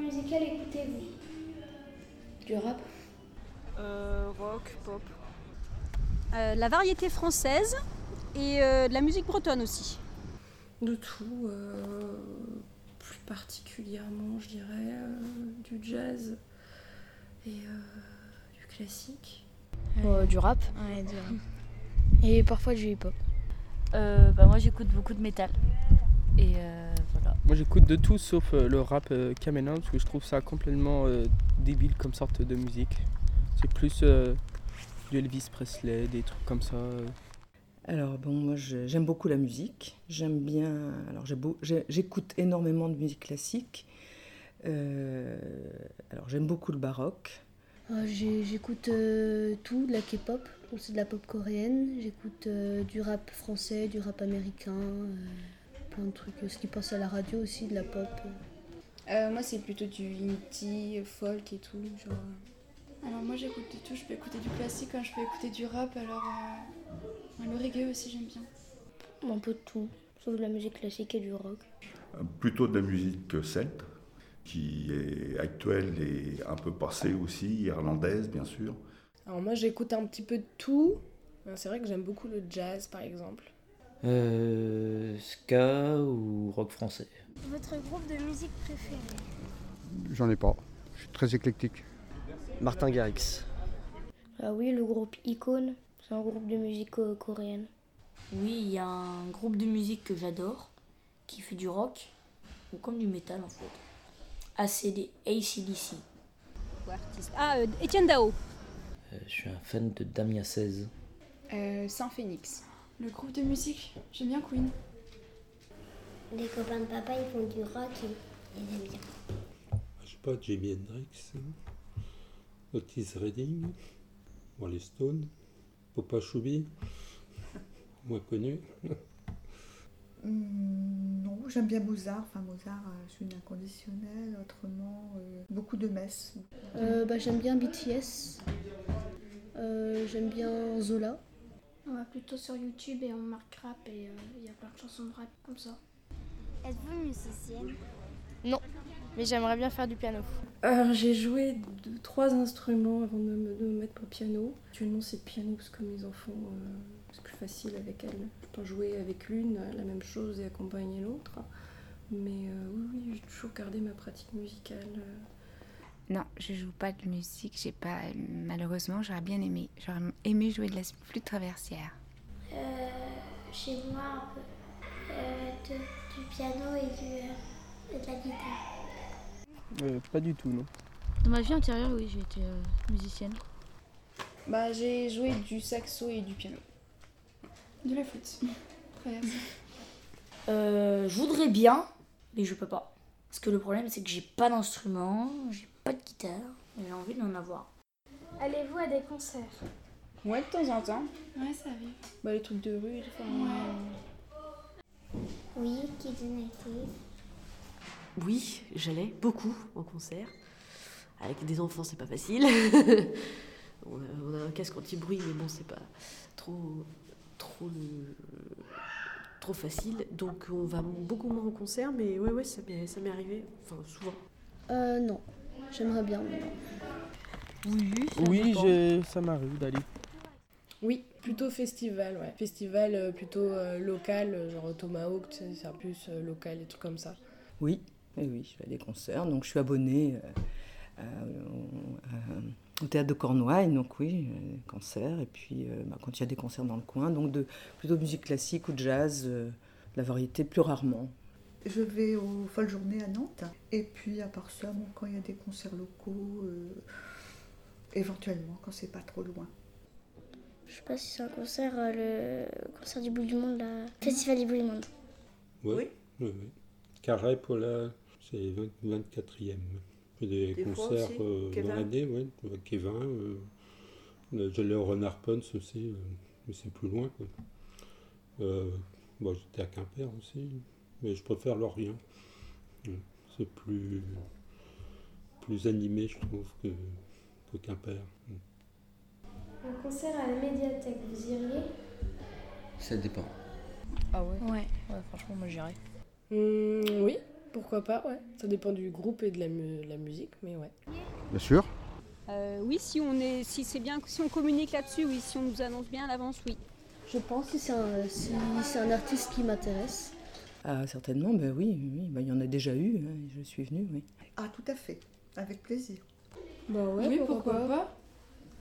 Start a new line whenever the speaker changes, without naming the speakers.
musical écoutez-vous Du rap
Euh, rock, pop.
Euh, la variété française et euh, de la musique bretonne aussi.
De tout, euh, plus particulièrement, je dirais, euh, du jazz et euh, du classique.
Euh, du rap
Ouais, du rap.
et parfois du hip-hop.
Euh, bah, moi, j'écoute beaucoup de métal. Et euh, voilà.
Moi j'écoute de tout sauf euh, le rap euh, caménin parce que je trouve ça complètement euh, débile comme sorte de musique. C'est plus euh, du Elvis Presley, des trucs comme ça. euh.
Alors bon, moi je- j'aime beaucoup la musique. J'aime bien. Alors j'ai beau- j'ai- j'écoute énormément de musique classique. Euh, alors j'aime beaucoup le baroque.
Euh, j'ai- J'écoute euh, tout, de la K-pop, donc c'est de la pop coréenne. J'écoute euh, du rap français, du rap américain, euh, plein de trucs. euh, Ce qui passe à la radio aussi, de la pop.
Euh, moi, c'est plutôt du indie, folk et tout. Genre...
Alors moi j'écoute de tout, je peux écouter du classique comme je peux écouter du rap, alors euh, le reggae aussi j'aime bien.
Un peu de tout, sauf de la musique classique et du rock.
plutôt de la musique celte, qui est actuelle et un peu passée aussi, irlandaise bien sûr.
Alors moi j'écoute un petit peu de tout. Euh, C'est vrai que j'aime beaucoup le jazz par exemple.
Euh, ska ou rock français
Votre groupe de musique préféré
J'en ai pas. Je suis très éclectique. Martin Garrix.
Ah oui, le groupe Icon, c'est un groupe de musique euh, coréenne.
Oui, il y a un groupe de musique que j'adore qui fait du rock ou comme du métal en fait. ACD, ACDC.
Ou artiste. Ah, euh, Étienne Dao.
Euh, Je suis un fan de Damien 16.
Euh, Saint Phénix.
Le groupe de musique, j'aime bien Queen.
Les copains de papa, ils font du rock et ils aiment bien.
Je sais pas, Jimi Hendrix, Otis Redding, Wally Stone, Popa Choubi, moins connu.
Hmm, Non, j'aime bien Mozart. Enfin, Mozart, euh, je suis une inconditionnelle. Autrement, euh, beaucoup de messes.
Euh, bah, j'aime bien BTS. Euh, j'aime bien Zola.
On va plutôt sur YouTube et on marque rap et euh, il y a plein de chansons de rap comme ça.
Êtes-vous musicienne
Non, mais j'aimerais bien faire du piano.
Alors j'ai joué deux, trois instruments avant de me, de me mettre au piano. Actuellement c'est le piano parce que mes enfants, euh, c'est plus facile avec elles. Je peux jouer avec l'une la même chose et accompagner l'autre. Mais euh, oui, oui, j'ai toujours gardé ma pratique musicale. euh,
Non, je joue pas de musique, j'ai pas malheureusement, j'aurais bien aimé. J'aurais aimé jouer de la flûte traversière.
Euh, chez moi un peu. Euh, de- du piano et, du, euh, et de la guitare.
Euh, pas du tout, non.
Dans ma vie antérieure, oui, j'ai été euh, musicienne.
Bah, j'ai joué du saxo et du piano.
De la flûte. Très bien.
Euh, je voudrais bien, mais je peux pas. Parce que le problème c'est que j'ai pas d'instrument, j'ai pas de guitare, mais j'ai envie d'en avoir.
Allez-vous à des concerts
Ouais, de temps en temps.
Ouais, ça arrive.
Bah, les trucs de rue, enfin,
Oui, qui été
Oui, j'allais beaucoup en concert. Avec des enfants, c'est pas facile. on, a, on a un casque anti-bruit, mais bon, c'est pas trop, trop, euh, trop facile. Donc, on va beaucoup moins en concert, mais ouais, ouais, ça m'est ça m'est arrivé. Enfin, souvent.
Euh, non, j'aimerais bien, mais non.
Oui,
Oui, je- ça m'arrive d'aller.
Oui, plutôt festival, ouais. Festival euh, plutôt euh, local, euh, genre Tomahawk, tu sais, c'est un plus euh, local, des trucs comme ça.
Oui, oui, oui, je vais à des concerts. Donc je suis abonnée euh, euh, au- euh, au théâtre de Cornouailles. Donc oui, euh, des concerts. Et puis euh, bah, quand il y a des concerts dans le coin, donc de plutôt musique classique ou jazz, euh, la variété plus rarement.
Je vais aux folles journées à Nantes. Et puis, à part ça, bon, quand il y a des concerts locaux, euh, éventuellement, quand c'est pas trop loin.
Je sais pas si c'est un concert, euh, le concert du bout du monde, là. Festival du bout du monde.
Ouais, oui. oui, Carré pour la, c'est le 20 24e. Puis des,
Des fois
concerts
aussi,
euh,
Kevin.
dans l'année, ouais. ouais, Kevin, euh, euh, j'allais au Renard Pons aussi, euh, mais c'est plus loin. quoi. Euh, bon, j'étais à Quimper aussi, mais je préfère Lorient. Ouais, C'est plus, plus animé, je trouve, que, que Quimper.
Un concert à la médiathèque, vous iriez
Ça dépend.
Ah ouais Ouais, franchement, moi j'irais.
Hmm, oui,
Pourquoi pas, ouais. Ça dépend du groupe et de la, mu- la musique, mais ouais.
Bien sûr.
Euh, oui, si on est, si c'est bien, si on communique là-dessus, oui, si on nous annonce bien à l'avance, oui.
Je pense que c'est un, si c'est un artiste qui m'intéresse.
Ah, certainement, ben oui, oui, oui, ben, il y en a déjà eu, hein, je suis venue, oui.
Ah, tout à fait, avec plaisir.
Bah
Euh, ouais, Oui, pourquoi pourquoi pas. pas.